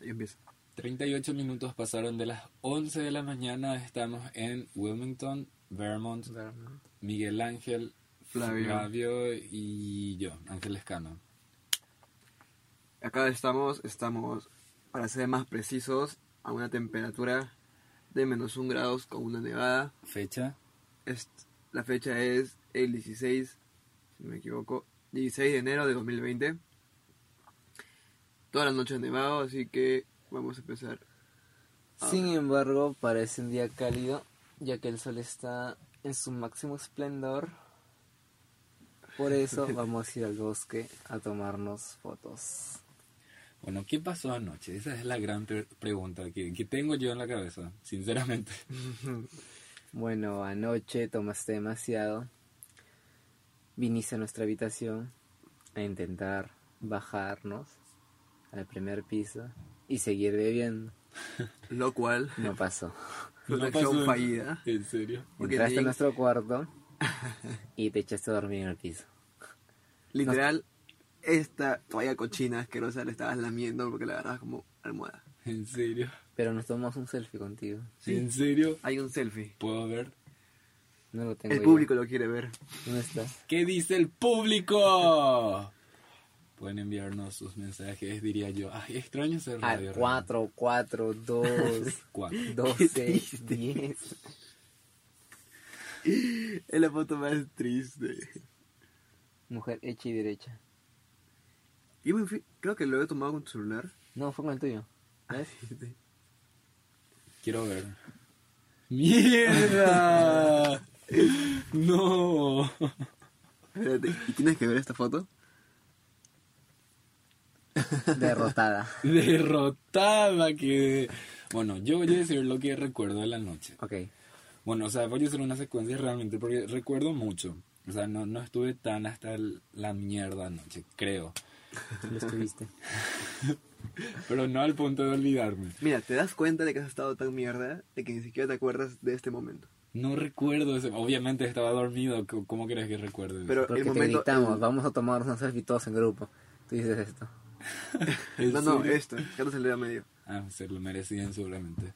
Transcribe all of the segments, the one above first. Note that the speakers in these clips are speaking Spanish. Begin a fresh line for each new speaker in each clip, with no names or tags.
empieza.
38 minutos pasaron de las 11 de la mañana. Estamos en Wilmington, Vermont. Miguel Ángel,
Flavio.
Flavio, y yo, Ángel Escano.
Acá estamos, estamos, para ser más precisos, a una temperatura de menos un grados con una nevada.
Fecha
Es- la fecha es el 16, si no me equivoco, 16 de enero de 2020. Todas las noches nevado, así que vamos a empezar.
Sin embargo, parece un día cálido, ya que el sol está en su máximo esplendor. Por eso vamos a ir al bosque a tomarnos fotos.
Bueno, ¿qué pasó anoche? Esa es la gran pre- pregunta que, que tengo yo en la cabeza, sinceramente.
Bueno, anoche tomaste demasiado. Viniste a nuestra habitación a intentar bajarnos al primer piso y seguir bebiendo.
Lo cual,
No pasó.
fue una
pasó
acción
en-
fallida.
¿En serio?
Porque
Entraste a
ni-
nuestro cuarto y te echaste a dormir en el piso.
Literal, esta toalla cochina asquerosa la estabas lamiendo porque la agarrabas como almohada.
¿En serio?
Pero nos tomamos un selfie contigo.
¿En serio?
Hay un selfie.
¿Puedo ver?
No lo tengo
El
yo.
público lo quiere ver.
¿Dónde está?
¿Qué dice el público? Pueden enviarnos sus mensajes, diría yo. Ay, extraño ese radio.
Al 4, 4, 2,
4.
12, 10.
Es la foto más triste.
Mujer hecha y derecha.
Y bueno, en fin, creo que lo he tomado con tu celular. este,
No, fue con el tuyo. ¿Ves?
Quiero ver. ¡Mierda! ¡No!
Espérate, ¿y tienes que ver esta foto?
Derrotada.
Derrotada que... Bueno, yo voy a decir lo que recuerdo de la noche.
Ok.
Bueno, o sea, voy a hacer una secuencia realmente porque recuerdo mucho. O sea, no, no estuve tan hasta el- la mierda anoche, creo.
Lo estuviste.
Pero no al punto de olvidarme.
Mira, te das cuenta de que has estado tan mierda de que ni siquiera te acuerdas de este momento.
No recuerdo ese... Obviamente estaba dormido, co- ¿cómo crees que recuerde? eso?
Pero
Porque
el
te
momento.
gritamos, vamos a tomarnos un selfie todos en grupo. Tú dices esto.
¿En
No, no,
serio?
esto. Carlos se le da medio.
Ah, se lo merecían seguramente.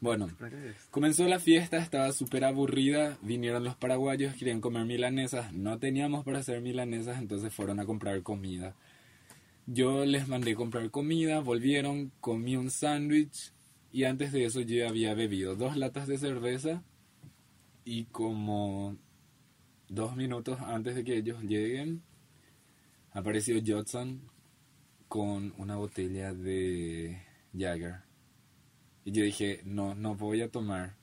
Bueno,
¿Para qué es?
Comenzó la fiesta, estaba súper aburrida, vinieron los paraguayos, querían comer milanesas, no teníamos para hacer milanesas, entonces fueron a comprar comida. Yo les mandé comprar comida, volvieron, comí un sándwich y antes de eso yo había bebido dos latas de cerveza y como dos minutos antes de que ellos lleguen, apareció Judson con una botella de Jagger. Y yo dije, no, no voy a tomar.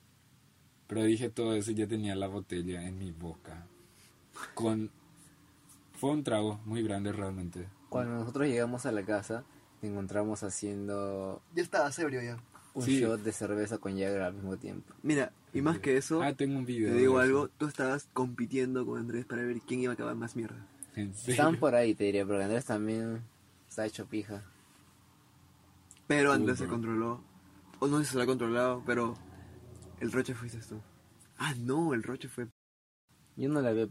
Pero dije todo eso y ya tenía la botella en mi boca. Con... Fue un trago muy grande realmente.
Cuando nosotros llegamos a la casa, te encontramos haciendo
Ya estaba ebrio ya.
un
Sí.
shot de cerveza con Jagger al mismo tiempo.
Mira, y más que eso,
Ah, tengo un video.
te digo
de eso.
algo. Tú estabas compitiendo con Andrés para ver quién iba a acabar más mierda.
En serio.
Están por ahí, te diría, porque Andrés también está hecho pija.
Pero Andrés
Ujú.
se controló. O no sé si se lo ha controlado, pero. El roche fuiste tú. Ah, no, el roche fue.
Yo no la veo.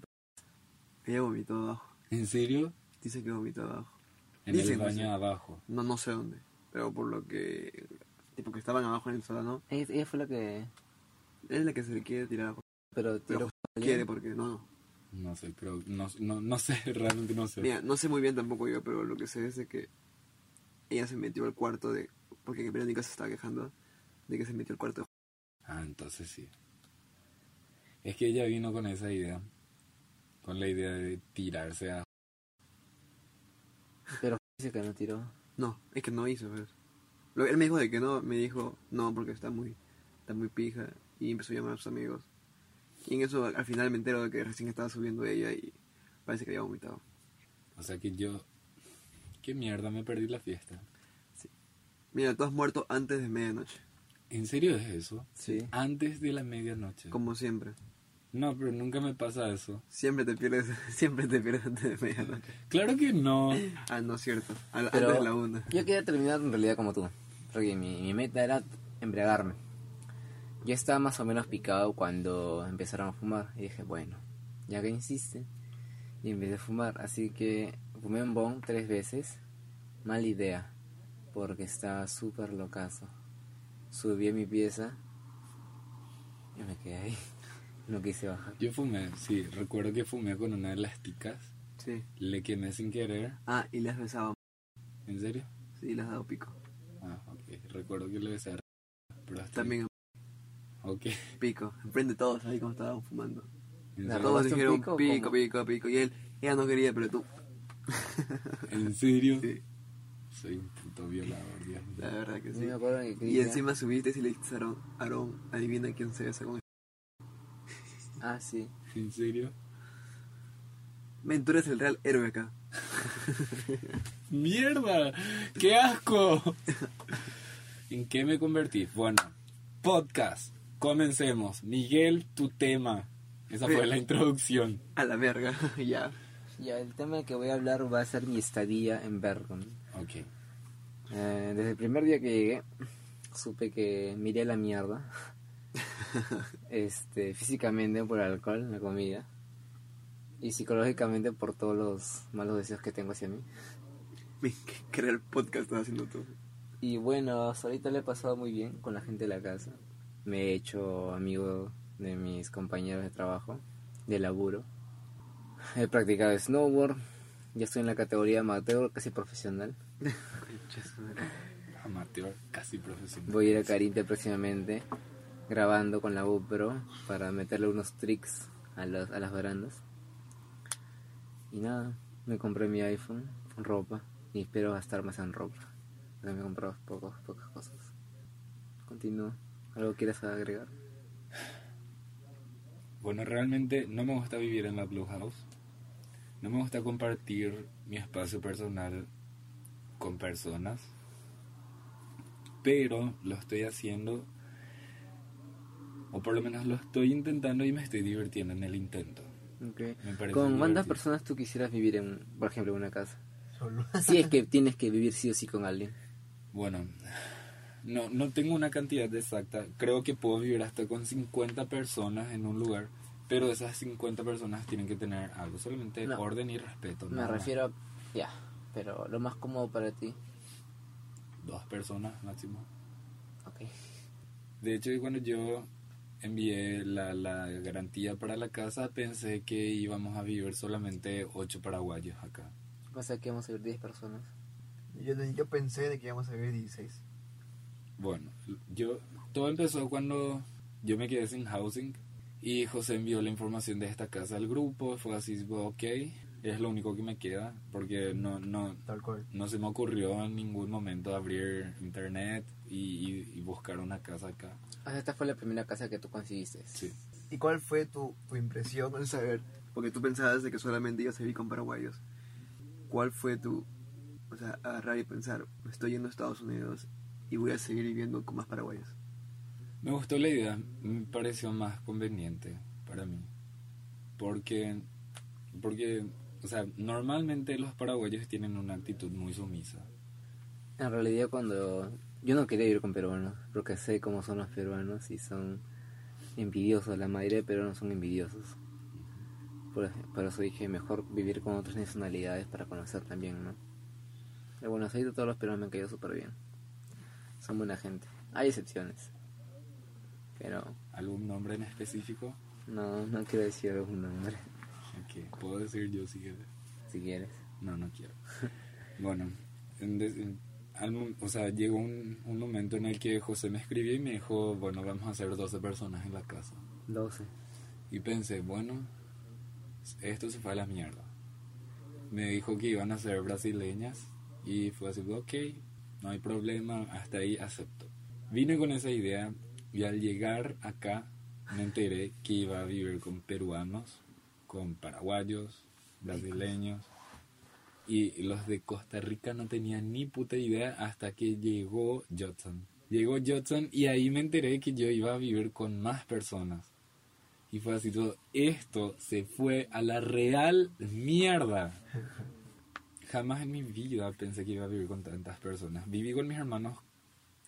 Ella vomitó abajo.
¿En serio?
Dice que vomitó abajo.
En
Dicen,
el baño
dicen.
abajo.
No, no sé dónde. Pero por lo que. Tipo que estaban abajo en el sótano.
Ella, ella fue la que...
Es la que se le quiere tirar abajo.
Pero
Pero
tiro
quiere porque no, no.
No sé, pero no, no, no sé, realmente no sé.
Mira, no sé muy bien tampoco yo, pero lo que sé es de que ella se metió al cuarto de. Porque Verónica se estaba quejando de que se metió al cuarto.
Ah, entonces sí. Es que ella vino con esa idea. Con la idea de tirarse a...
pero dice que no tiró.
No, es que no hizo. pues. Lo- Él me dijo de que no, me dijo no porque está muy, está muy pija y empezó a llamar a sus amigos. Y en eso al final me entero de que recién estaba subiendo ella y parece que había vomitado.
O sea que yo... ¿Qué mierda? Me perdí la fiesta.
Mira, tú has muerto antes de medianoche,
¿En serio es eso?
Sí.
Antes de la medianoche.
como siempre.
No, pero nunca me pasa eso.
Siempre te pierdes, siempre te pierdes antes de medianoche.
Claro que no.
Ah, no es cierto, a la-
Pero
antes de la una.
Yo quería terminar en realidad como tú. Porque mi, mi meta era embriagarme. Yo estaba más o menos picado cuando empezaron a fumar. Y dije, bueno, ya que insiste. Y empecé a fumar. Así que fumé un bong tres veces. Mala idea. porque estaba súper locazo. Subí a mi pieza y me quedé ahí. No quise bajar.
Yo fumé, sí, recuerdo que fumé con una de las ticas,
Sí.
le quemé sin querer,
Ah, y las besaba.
¿en serio?
Sí, las dado pico.
Ah, ok, recuerdo que le besé a pero hasta ahí.
También
Ok,
pico. Enfrente de todos, ahí como estaban fumando.
en
La
serio.
Todos
robaste un
dijeron
pico o
pico,
cómo?
pico, pico. Y él, ella no quería, pero tú.
¿En serio?
Sí,
Soy un puto violador, Dios mío.
la verdad que
Y
sí.
me acuerdo que
Y
grité,
encima subiste y le dijiste a Aarón, Aarón, adivina quién se besa con
Ah, sí.
¿En serio?
Ventura es el real héroe acá.
¡Mierda! ¡Qué asco! ¿En qué me convertí? Bueno, podcast. Comencemos. Miguel, tu tema. Esa fue la introducción.
A la verga, ya.
Ya, el tema que voy a hablar va a ser mi estadía en Bergen.
Ok.
Eh, desde el primer día que llegué, supe que miré la mierda. este, físicamente por el alcohol, la comida. Y psicológicamente por todos los malos deseos que tengo hacia mí.
Qué creer podcast estás haciendo tú.
Y bueno, hasta ahorita le he pasado muy bien con la gente de la casa. Me he hecho amigo de mis compañeros de trabajo, de laburo. He practicado snowboard. Ya estoy en la categoría amateur, casi profesional.
Amateur, casi profesional.
Voy a ir a Carinte próximamente grabando con la GoPro para meterle unos tricks a, los- a las barandas. Y nada, me compré mi iPhone, ropa, y espero gastar más en ropa. Porque me he comprado pocos, pocas cosas. Continúo. ¿Algo quieras agregar?
Bueno, realmente no me gusta vivir en la Blue House. No me gusta compartir mi espacio personal con personas. Pero lo estoy haciendo, o por lo menos lo estoy intentando y me estoy divirtiendo en el intento. Me parece
¿Con
divertido.
cuántas personas tú quisieras vivir en, por ejemplo, en una casa? Si es que tienes que vivir sí o sí con alguien.
Bueno, no, no tengo una cantidad exacta. Creo que puedo vivir hasta con 50 personas en un lugar. Pero esas 50 personas tienen que tener algo, solamente
No.
orden y respeto.
Me
nada más.
refiero a... Ya, pero lo más cómodo para ti.
Dos personas máximo.
Ok.
De hecho, cuando yo envié la, la garantía para la casa, pensé que íbamos a vivir solamente ocho paraguayos acá.
Pasa que vamos a vivir 10 personas.
Yo, yo pensé de que íbamos a ver 16.
Bueno, yo todo empezó cuando yo me quedé sin housing y José envió la información de esta casa al grupo, fue así, ok, es lo único que me queda porque no, no,
Tal cual.
no se me ocurrió en ningún momento abrir internet y, y- y buscar una casa acá.
O sea, esta fue la primera casa que tú conseguiste.
Sí.
¿Y cuál fue tu, tu impresión al saber? Porque tú pensabas de que solamente ibas a vivir con paraguayos. ¿Cuál fue tu... O sea, agarrar y pensar, me estoy yendo a Estados Unidos y voy a seguir viviendo con más paraguayos.
Me gustó la idea, me pareció más conveniente para mí. Porque, porque, o sea, normalmente los paraguayos tienen una actitud muy sumisa.
En realidad cuando yo no quería vivir con peruanos, porque sé cómo son los peruanos y son envidiosos, la mayoría de peruanos son envidiosos. Por, ej- por eso dije, mejor vivir con otras nacionalidades para conocer también, ¿no? De Buenos Aires todos los peruanos me han caído súper bien. Son buena gente. Hay excepciones. Pero
¿Algún nombre en específico?
no, no quiero decir algún nombre,
Ok, puedo decir yo si quieres.
si quieres.
No, no quiero. Bueno, en des- en- al mo- o sea, llegó un, un momento en el que José me escribió y me dijo, bueno, vamos a hacer 12 personas en la casa.
12.
Y pensé, bueno, esto se fue a la mierda. Me dijo que iban a ser brasileñas y fue así, ok, no hay problema, hasta ahí acepto. Vine con esa idea y al llegar acá me enteré que iba a vivir con peruanos, con paraguayos, brasileños. Y los de Costa Rica no tenían ni puta idea hasta que llegó Judson. Llegó Judson y ahí me enteré que yo iba a vivir con más personas. Y fue así todo. Esto se fue a la real mierda. Jamás en mi vida pensé que iba a vivir con tantas personas. Viví con mis hermanos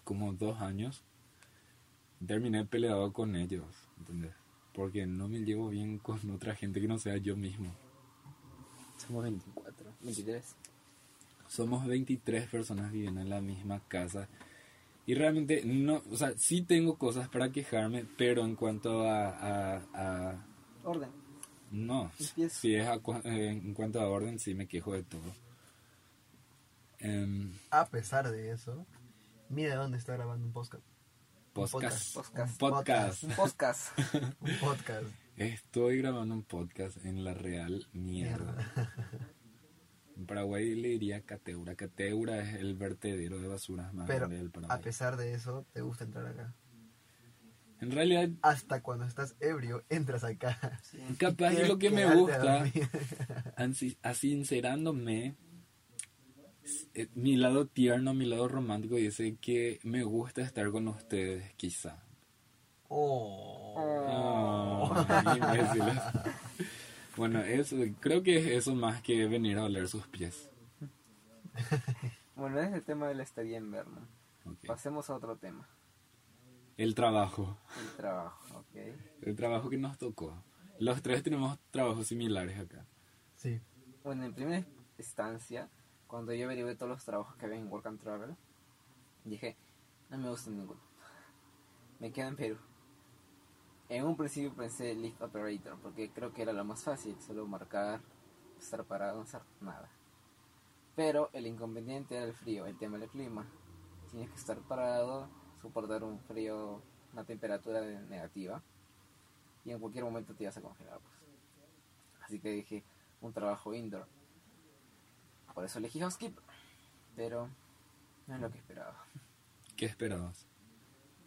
como dos años. Terminé peleado con ellos, ¿entendés? Porque no me llevo bien con otra gente que no sea yo mismo.
Somos 24. 23.
Somos 23 personas viviendo en la misma casa. Y realmente no, o sea, sí tengo cosas para quejarme, pero en cuanto a, a- a-
Orden.
no,
Limpieza.
si es a cua- eh, en cuanto a orden, sí me quejo de todo. Em,
A pesar de eso, mira dónde está grabando un podcast.
podcast,
podcast,
Un podcast.
Un podcast.
Un podcast.
Estoy grabando un podcast en la real mierda. En Paraguay le diría cateura. Cateura es el vertedero de basuras más
Pero
grande del
a
Paraguay.
pesar de eso, te gusta entrar acá.
En realidad,
Hasta cuando estás ebrio, entras acá.
capaz es lo que me
Quedarte
gusta,
dormido.
ansi- asincerándome, s- eh, mi lado tierno, mi lado romántico dice que me gusta estar con ustedes, quizá.
Oh.
Oh, imbéciles. bueno, eso, creo que es eso más que venir a oler sus pies.
Bueno, ese es el tema de la estadía en Vernon.
Ok.
Pasemos a otro tema.
El trabajo.
El trabajo, ¿ok?
El trabajo que nos tocó. Los tres tenemos trabajos similares acá.
Sí.
Bueno, en primera instancia, cuando yo averigué todos los trabajos que había en Work and Travel, dije, no me gusta ninguno. Me quedo en Perú. En un principio pensé Lift Operator, porque creo que era lo más fácil, solo marcar, estar parado, no hacer nada. Pero el inconveniente era el frío, el tema del clima. Tienes que estar parado, soportar un frío, una temperatura negativa, y en cualquier momento te vas a congelar. Pues. Así que dije, un trabajo indoor. Por eso elegí housekeeper. Pero no es lo que esperaba.
¿Qué esperabas?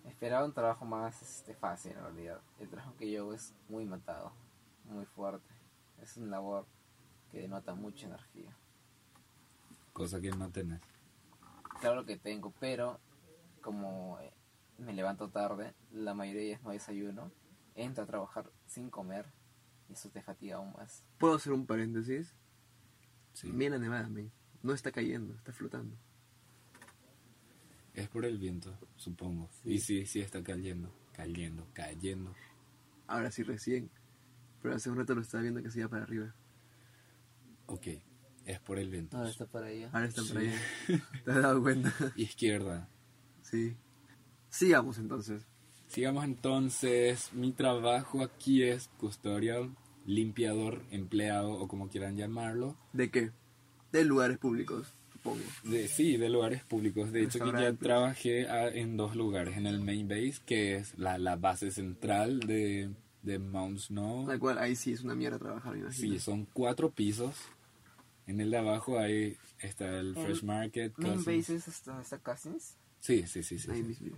Esperaba un trabajo más este, fácil en realidad. El trabajo que yo hago es muy matado, muy fuerte. Es una labor que denota mucha energía.
Cosa que no tenés.
Claro que tengo, pero como eh, me levanto tarde, la mayoría de días no desayuno, entro a trabajar sin comer y eso te fatiga aún más.
¿Puedo hacer un paréntesis?
Sí.
Mira Nevada, men. No está cayendo, está flotando.
Es por el viento, supongo. Y sí, sí está cayendo, cayendo, cayendo.
Ahora sí recién. Pero hace un rato lo estaba viendo que se iba para arriba.
Ok, es por el viento.
Ah,
Ahora está para allá.
Ahora está
Sí.
para allá. ¿Te has dado cuenta?
Izquierda.
sí. Sigamos entonces.
Sigamos entonces. Mi trabajo aquí es custodio, limpiador, empleado o como quieran llamarlo.
¿De qué? De lugares públicos, supongo.
De, sí, de lugares públicos. De hecho, que ya
Restaurantes.
trabajé a- en dos lugares. En el Main Base, que es la, la base central de, de Mount Snow.
La cual ahí sí es una mierda trabajar, me imagino.
Sí, son cuatro pisos. En el de abajo ahí está el
El
Fresh Market.
Main
Cousins.
bases hasta donde está Cousins.
Sí, sí, sí, sí,
Ahí
sí.
mismo.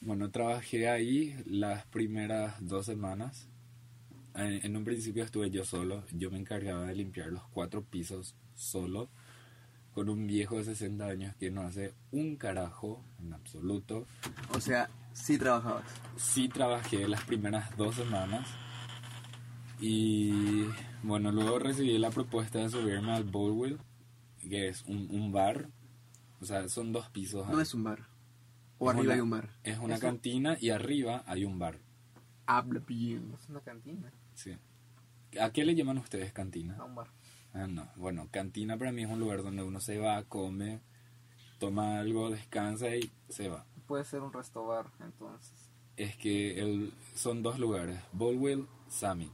Bueno, trabajé ahí las primeras dos semanas. En, en un principio estuve yo solo. Yo me encargaba de limpiar los cuatro pisos solo. Con un viejo de 60 años que no hace un carajo en absoluto.
O sea, sí trabajabas.
sí trabajé las primeras dos semanas y bueno, luego recibí la propuesta de subirme al Bowell, que es un, un bar, o sea, son dos pisos.
No
ahí.
es un bar. O
Es
arriba
una-
hay un bar.
Es una cantina y arriba hay un bar.
Habla bien.
Es una cantina,
Sí. ¿A qué le llaman ustedes cantina?
a un bar.
Ah, no. Bueno, cantina para mí es un lugar donde uno se va, come, toma algo, descansa y se va.
Puede ser un resto bar, entonces.
Es que el, son dos lugares, Bowell Summit.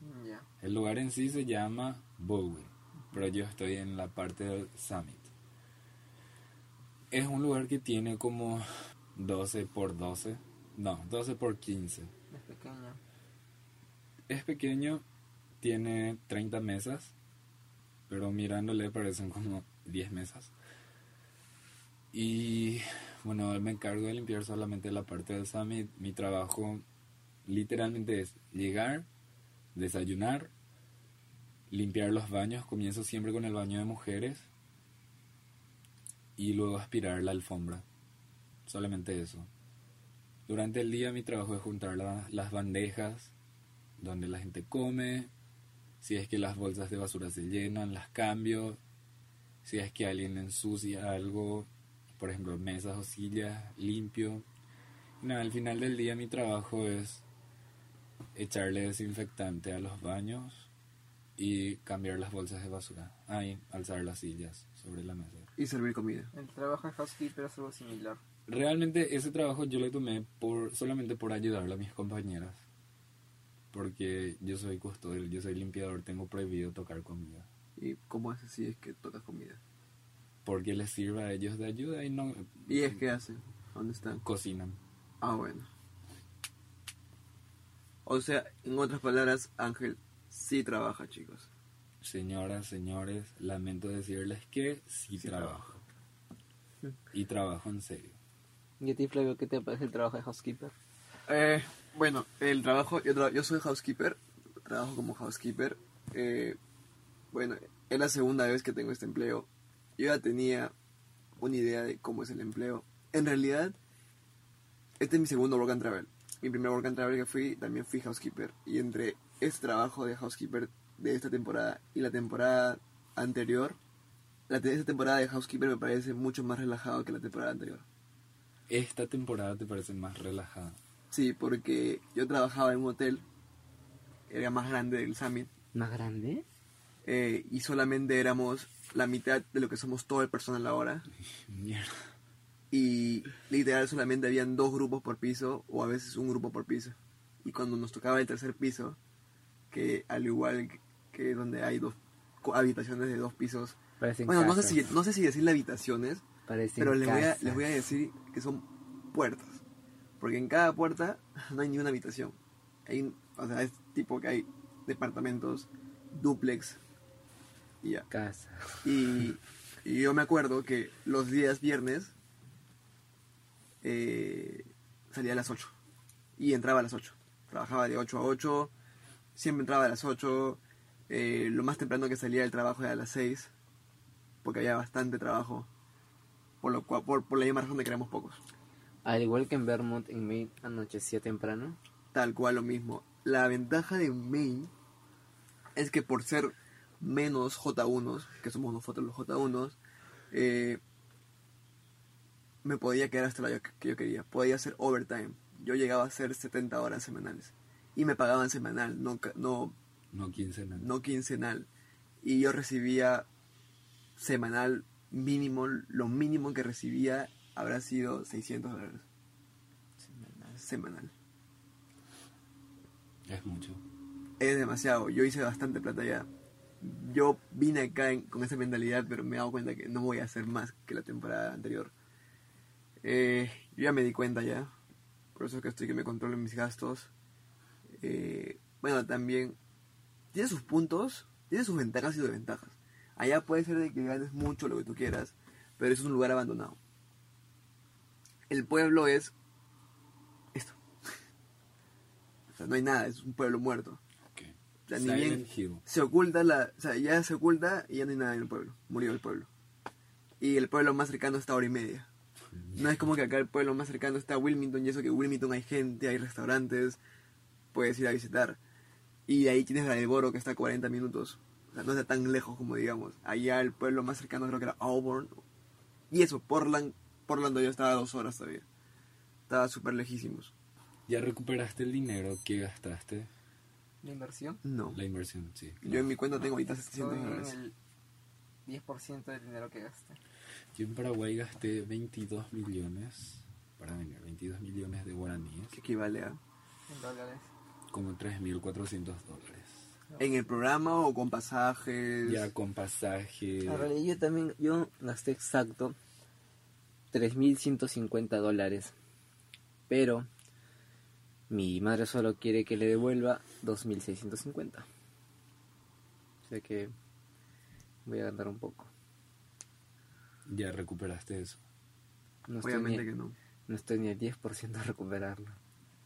mm, Ya.
El lugar en sí se llama Bowie, pero yo estoy en la parte del Summit. Es un lugar que tiene como 12 por 12, no, 12 por 15.
Es pequeña.
Es pequeño, tiene 30 mesas, pero mirándole parecen como 10 mesas. Y bueno, me encargo de limpiar solamente la parte del summit. Mi trabajo literalmente es llegar, desayunar, limpiar los baños. Comienzo siempre con el baño de mujeres y luego aspirar la alfombra. Solamente eso. Durante el día mi trabajo es juntar la- las bandejas donde la gente come, si es que las bolsas de basura se llenan, las cambio, si es que alguien ensucia algo, por ejemplo, mesas o sillas, limpio. Y nada, al final del día mi trabajo es echarle desinfectante a los baños y cambiar las bolsas de basura. Ahí, alzar las sillas. Solamente sobre la mesa.
Y servir comida.
El trabajo de housekeeper es algo similar.
Realmente ese trabajo yo lo tomé por, solamente por ayudarle a mis compañeras. Porque yo soy custodio, yo soy limpiador, tengo prohibido tocar comida.
¿Y cómo haces si es que tocas comida?
Porque les sirve a ellos de ayuda y no
¿Y es que hacen? ¿Dónde están?
cocinan.
Ah, bueno. O sea, en otras palabras, Ángel sí trabaja, chicos.
Señoras, señores, lamento decirles que sí, trabajo. Y trabajo en serio.
¿Y a ti, Flavio, qué te parece el trabajo de housekeeper?
Eh, bueno, el trabajo, yo, tra- yo soy housekeeper, trabajo como housekeeper. Eh, bueno, es la segunda vez que tengo este empleo. Yo ya tenía una idea de cómo es el empleo. En realidad, este es mi segundo work and travel. Mi primer work and travel que fui, también fui housekeeper. Y entre este trabajo de housekeeper de esta temporada y la temporada anterior, la te- esta temporada de housekeeper me parece mucho más relajado que la temporada anterior.
Esta temporada te parece más relajada.
Sí, porque yo trabajaba en un hotel, era más grande del Summit,
¿Más grande?
eh, y solamente éramos la mitad de lo que somos todo el personal ahora.
Mierda.
Y literal solamente habían dos grupos por piso, o a veces un grupo por piso. Y cuando nos tocaba el tercer piso, que al igual que donde hay dos co- habitaciones de dos pisos,
Parecen
bueno, no sé,
casas.
si, no sé si decirle habitaciones,
Parecen
pero les voy, a,
casas.
les voy a decir que son puertas. Porque en cada puerta no hay ni una habitación. Hay, o sea, es tipo que hay departamentos, duplex y ya.
Casa.
Y, y yo me acuerdo que los días viernes eh, salía a las 8 y entraba a las 8. Trabajaba de 8 a 8, siempre entraba a las 8. eh, lo más temprano que salía del trabajo era a las 6, porque había bastante trabajo, por, lo cual, por, por la misma razón de que éramos pocos.
Al igual que en Vermont, en Maine anochecía temprano.
Tal cual lo mismo. La ventaja de Maine es que por ser menos J1, que somos nosotros los J1, eh, me podía quedar hasta la hora que yo quería. Podía hacer overtime. Yo llegaba a hacer 70 horas semanales. Y me pagaban semanal, no, ca- no,
No quincenal.
no quincenal. Y yo recibía semanal mínimo, lo mínimo que recibía habrá sido 600 dólares semanal.
Es mucho.
es demasiado. Yo hice bastante plata ya. Yo vine acá en- con esa mentalidad, pero me he dado cuenta que no voy a hacer más que la temporada anterior. Eh, yo ya me di cuenta ya. Por eso es que estoy que me controlo mis gastos. Eh, bueno, también tiene sus puntos, tiene sus ventajas y desventajas. Allá puede ser de que ganes mucho lo que tú quieras, pero eso es un lugar abandonado. El pueblo es esto. o sea, no hay nada, es un pueblo muerto.
Ok.
O sea, ni bien-
Silent Hill.
se oculta la, o sea, ya se oculta y ya no hay nada en el pueblo. Murió el pueblo. Y el pueblo más cercano está a hora y media. No es como que acá el pueblo más cercano está a Wilmington y eso que en Wilmington hay gente, hay restaurantes, puedes ir a visitar. Y de ahí tienes la del Boro que está a 40 minutos. O sea, no está tan lejos como digamos. Allá el pueblo más cercano creo que era Auburn. Y eso, Portland, Portland yo estaba a dos horas todavía. Estaba súper lejísimos.
¿Ya recuperaste el dinero que gastaste?
La inversión.
No.
La inversión, sí.
Yo en mi cuenta tengo ahorita
Estoy
700 dólares.
en el 10% del dinero que gasté.
Yo en Paraguay gasté 22 millones, para venir, 22 millones de guaraníes,
Que equivale a...
En dólares.
como 3.400 dólares.
¿En el programa o con pasajes?
Ya con pasaje,
En realidad yo también, yo gasté exacto 3.150 dólares. Pero mi madre solo quiere que le devuelva 2.650. O sea que voy a ganar un poco.
ya recuperaste eso.
No estoy, ni,
Obviamente que no.
no estoy ni al 10% a recuperarlo.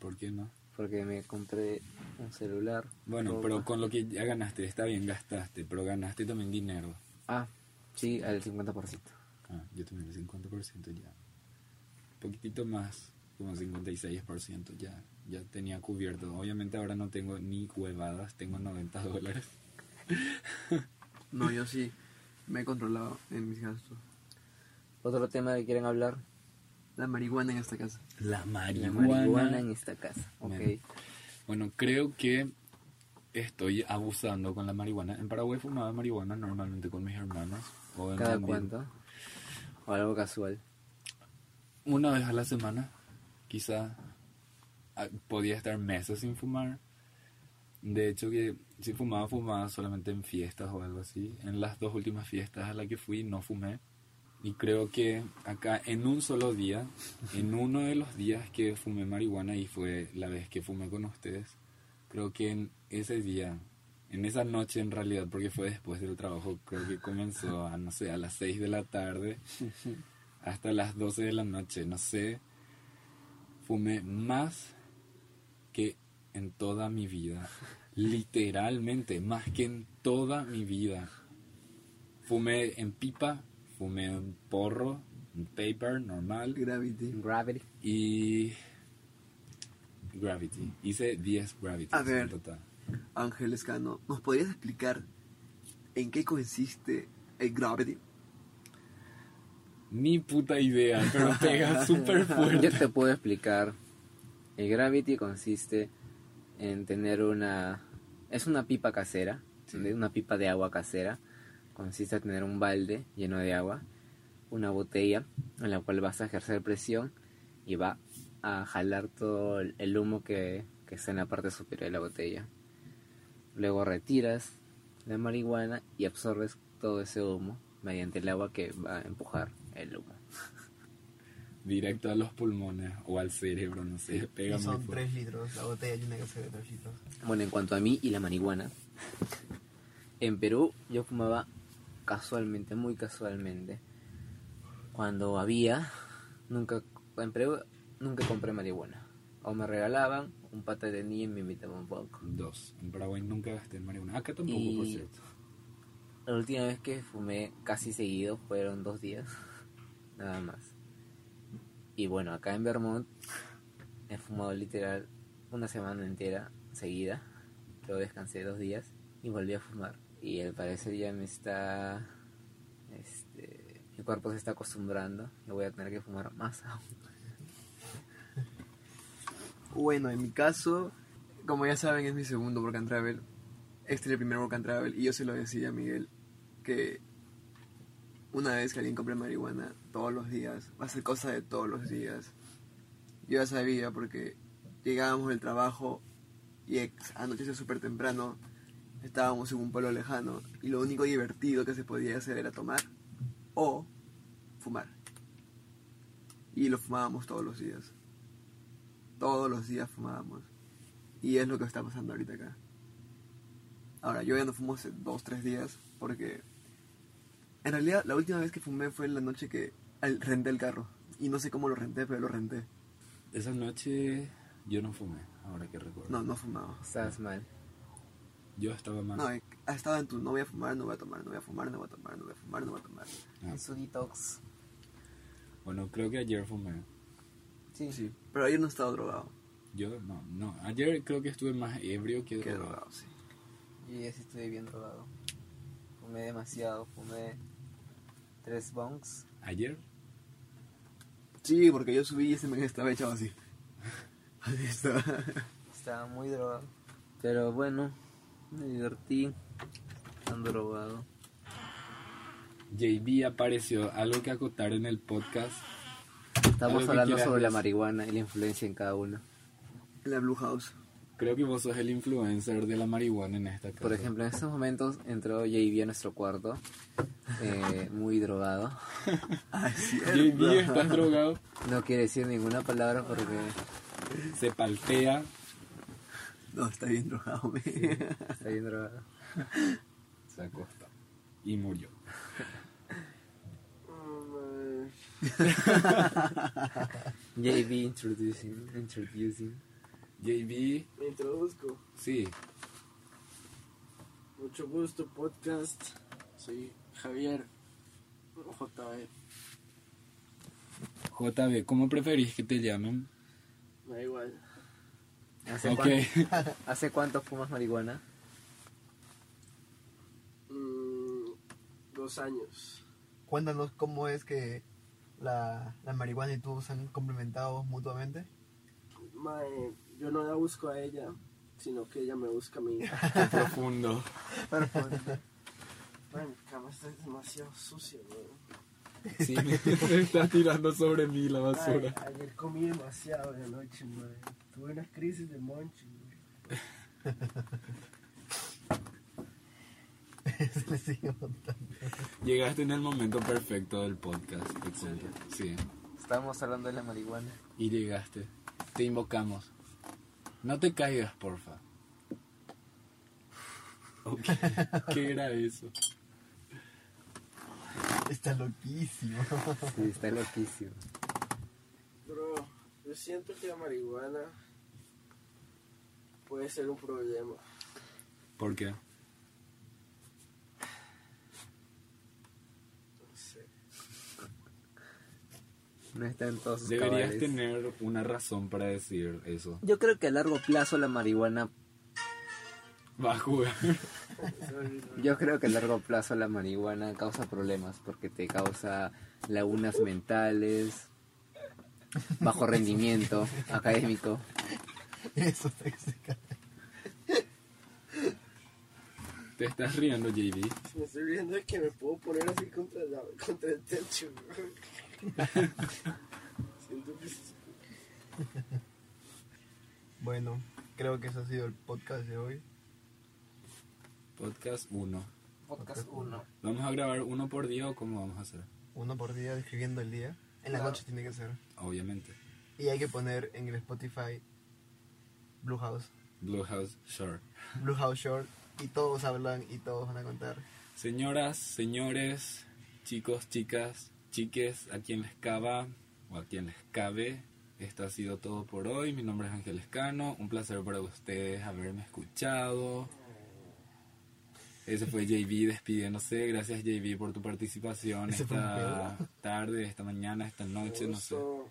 ¿Por qué no?
Porque me compré un celular.
Bueno,
ropa.
pero con lo que ya ganaste, está bien, gastaste, pero ganaste también dinero.
Ah, sí, al 50%.
Ah, yo también el 50% ya. Un poquitito más, como 56% ya, ya tenía cubierto. Obviamente ahora no tengo ni huevadas, tengo 90 dólares.
No, yo sí me he controlado en mis gastos.
Otro tema que quieren hablar.
La marihuana en esta casa.
La
La
marihuana.
marihuana en esta casa. Ok.
Bueno. Bueno, creo que estoy abusando con la marihuana. En Paraguay fumaba marihuana normalmente con mis hermanos. Joven
¿Cada
también.
cuánto? O algo casual.
Una vez a la semana, quizá ah, podía estar meses sin fumar. De hecho, que si fumaba, fumaba solamente en fiestas o algo así. En las dos últimas fiestas a las que fui, no fumé. Y creo que acá, en un solo día, en uno de los días que fumé marihuana, y fue la vez que fumé con ustedes, creo que en ese día, en esa noche en realidad, porque fue después del trabajo, creo que comenzó a, no sé, a las 6 de la tarde hasta las 12 de la noche, no sé, fumé más que en toda mi vida. Literalmente, más que en toda mi vida. Fumé en pipa, fumé en porro, en paper normal
Gravity.
Gravity.
y gravity. Hice 10 gravity
A ver.
en total.
Ángel Escano, ¿nos podrías explicar en qué consiste el gravity?
Ni puta idea, pero pega súper fuerte.
Yo te puedo explicar. El Gravity consiste en tener una... Es una pipa casera, de- una pipa de agua casera. Consiste en tener un balde lleno de agua, una botella en la cual vas a ejercer presión y va a jalar todo el- el humo que, que está en la parte superior de la botella. Luego retiras la marihuana y absorbes todo ese humo mediante el agua que va a empujar el humo.
Directo a los pulmones o al cerebro, no sé. Pega
Y
muy
son
fuerte.
3 litros, la botella llena que se de 3 litros.
Bueno, en cuanto a mí y la marihuana, en Perú yo fumaba casualmente, muy casualmente. Cuando había, nunca, en Perú nunca compré marihuana. O me regalaban, un pata tenía y me invitaba un poco.
Dos. En Paraguay nunca gasté en marihuana. Acá tampoco,
Y-
por cierto.
La última vez que fumé casi seguido fueron dos días, nada más. Y bueno, acá en Vermont he fumado literal una semana entera seguida, luego descansé dos días y volví a fumar. Y al parecer ya me está... Este, mi cuerpo se está acostumbrando y voy a tener que fumar más aún.
Bueno, en mi caso, como ya saben, es mi segundo Work and Travel. Este es el primer Work and Travel y yo se lo decía a Miguel que una vez que alguien compre marihuana todos los días, va a ser cosa de todos los días. Yo ya sabía porque llegábamos del trabajo y ex- anochece súper temprano, estábamos en un pueblo lejano y lo único divertido que se podía hacer era tomar o fumar. Y lo fumábamos todos los días todos los días fumábamos. Y es lo que está pasando ahorita acá. Ahora, yo ya no fumo hace dos, tres días porque... En realidad, la última vez que fumé fue en la noche que al- renté el carro. Y no sé cómo lo renté, pero lo renté.
Esa noche yo no fumé, ahora que recuerdo.
No, no fumaba.
Estás mal.
Yo estaba mal.
No, eh, estaba en tu no voy a fumar, no voy a tomar, no voy a fumar, no voy a tomar, no voy a fumar, no voy a tomar.
Ah,
Su detox.
bueno, creo que ayer fumé.
Sí.
Sí, pero ayer no estaba drogado.
Yo no, no. Ayer creo que estuve más ebrio que
Qué
drogado.
drogado, sí.
Yo ya sí estoy bien drogado. Fumé demasiado. Fumé tres bongs.
Ayer
Sí, porque yo subí y ese men estaba echado así. Así estaba.
Estaba muy drogado.
Pero bueno, me divertí, tan drogado.
JB apareció algo que acotar en el podcast.
Estamos
Algo que
hablando
quieras
sobre la
decir.
marihuana y la influencia en cada uno.
En la Blue House.
Creo que vos sos el influencer de la marihuana en esta casa.
Por ejemplo, en estos momentos entró JB a nuestro cuarto, eh, muy drogado.
JB está drogado,
No quiere decir ninguna palabra porque
se paltea.
No, está bien drogado, men.
está bien drogado.
se acostó y murió.
JB introducing, introducing.
JB,
Me introduzco.
sí,
Mucho gusto, podcast. Soy Javier. o JB.
JB, ¿cómo preferís que te llamen?
Me da igual.
¿Hace,
Ok,
cuánto, ¿Hace cuánto fumas marihuana?
Mm, dos años.
Cuéntanos cómo es que la, la marihuana y tú se han complementado mutuamente.
Mae, yo no la busco a ella, sino que ella me busca a mí.
qué profundo.
Ay, mi cama está demasiado sucia, weón.
Sí, me está tirando sobre mí la basura.
Ay, ayer comí demasiado de noche, madre. Tuve unas crisis de monchi, güey.
Se le sigue montando.
Llegaste en el momento perfecto del podcast, te cuento. Sí.
Estábamos hablando de la marihuana.
Y llegaste. Te invocamos. No te caigas, porfa. Ok. ¿Qué era eso?
Está loquísimo.
Sí, está loquísimo.
Bro, yo siento que la marihuana puede ser un problema.
¿Por qué?
No sé.
No está en todos sus
Deberías
cabales.
tener una razón para decir eso.
Yo creo que a largo plazo la marihuana...
Va a jugar.
Yo creo que a largo plazo la marihuana causa problemas porque te causa lagunas mentales, bajo rendimiento académico.
Eso está que se cae.
Te estás riendo, JD.
Me estoy viendo que me puedo poner así contra, la, contra el techo, bro. siento que es-
Bueno, creo que eso ha sido el podcast de hoy.
Podcast 1.
Podcast 1.
¿Vamos a grabar uno por día o cómo vamos a hacer?
Uno por día, describiendo el día. En la
Claro.
noche tiene que ser.
Obviamente.
Y hay que poner en el Spotify Blue House,
Bluehouse Shore.
Blue House Short. Y todos hablan y todos van a contar.
Señoras, señores, chicos, chicas, chiques, a quien les cava o a quien les cabe, esto ha sido todo por hoy. Mi nombre es Ángel Escano. Un placer para ustedes haberme escuchado. Ese fue JB despidiéndose. Gracias JB por tu participación
Ese fue
esta
un pedo.
tarde, esta mañana, esta noche, no sé.
Oso.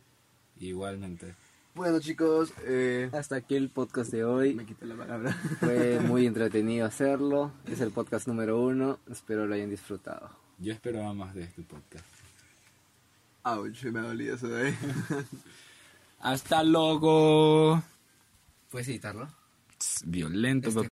Igualmente.
Bueno, chicos, eh,
Hasta aquí el podcast de hoy.
Me quité la palabra.
Fue muy entretenido hacerlo. Es el podcast número uno. Espero lo hayan disfrutado.
Yo esperaba más de este podcast.
Ouch, me ha dolido eso de ahí.
Hasta luego.
¿Puedes editarlo?
Violento, papá.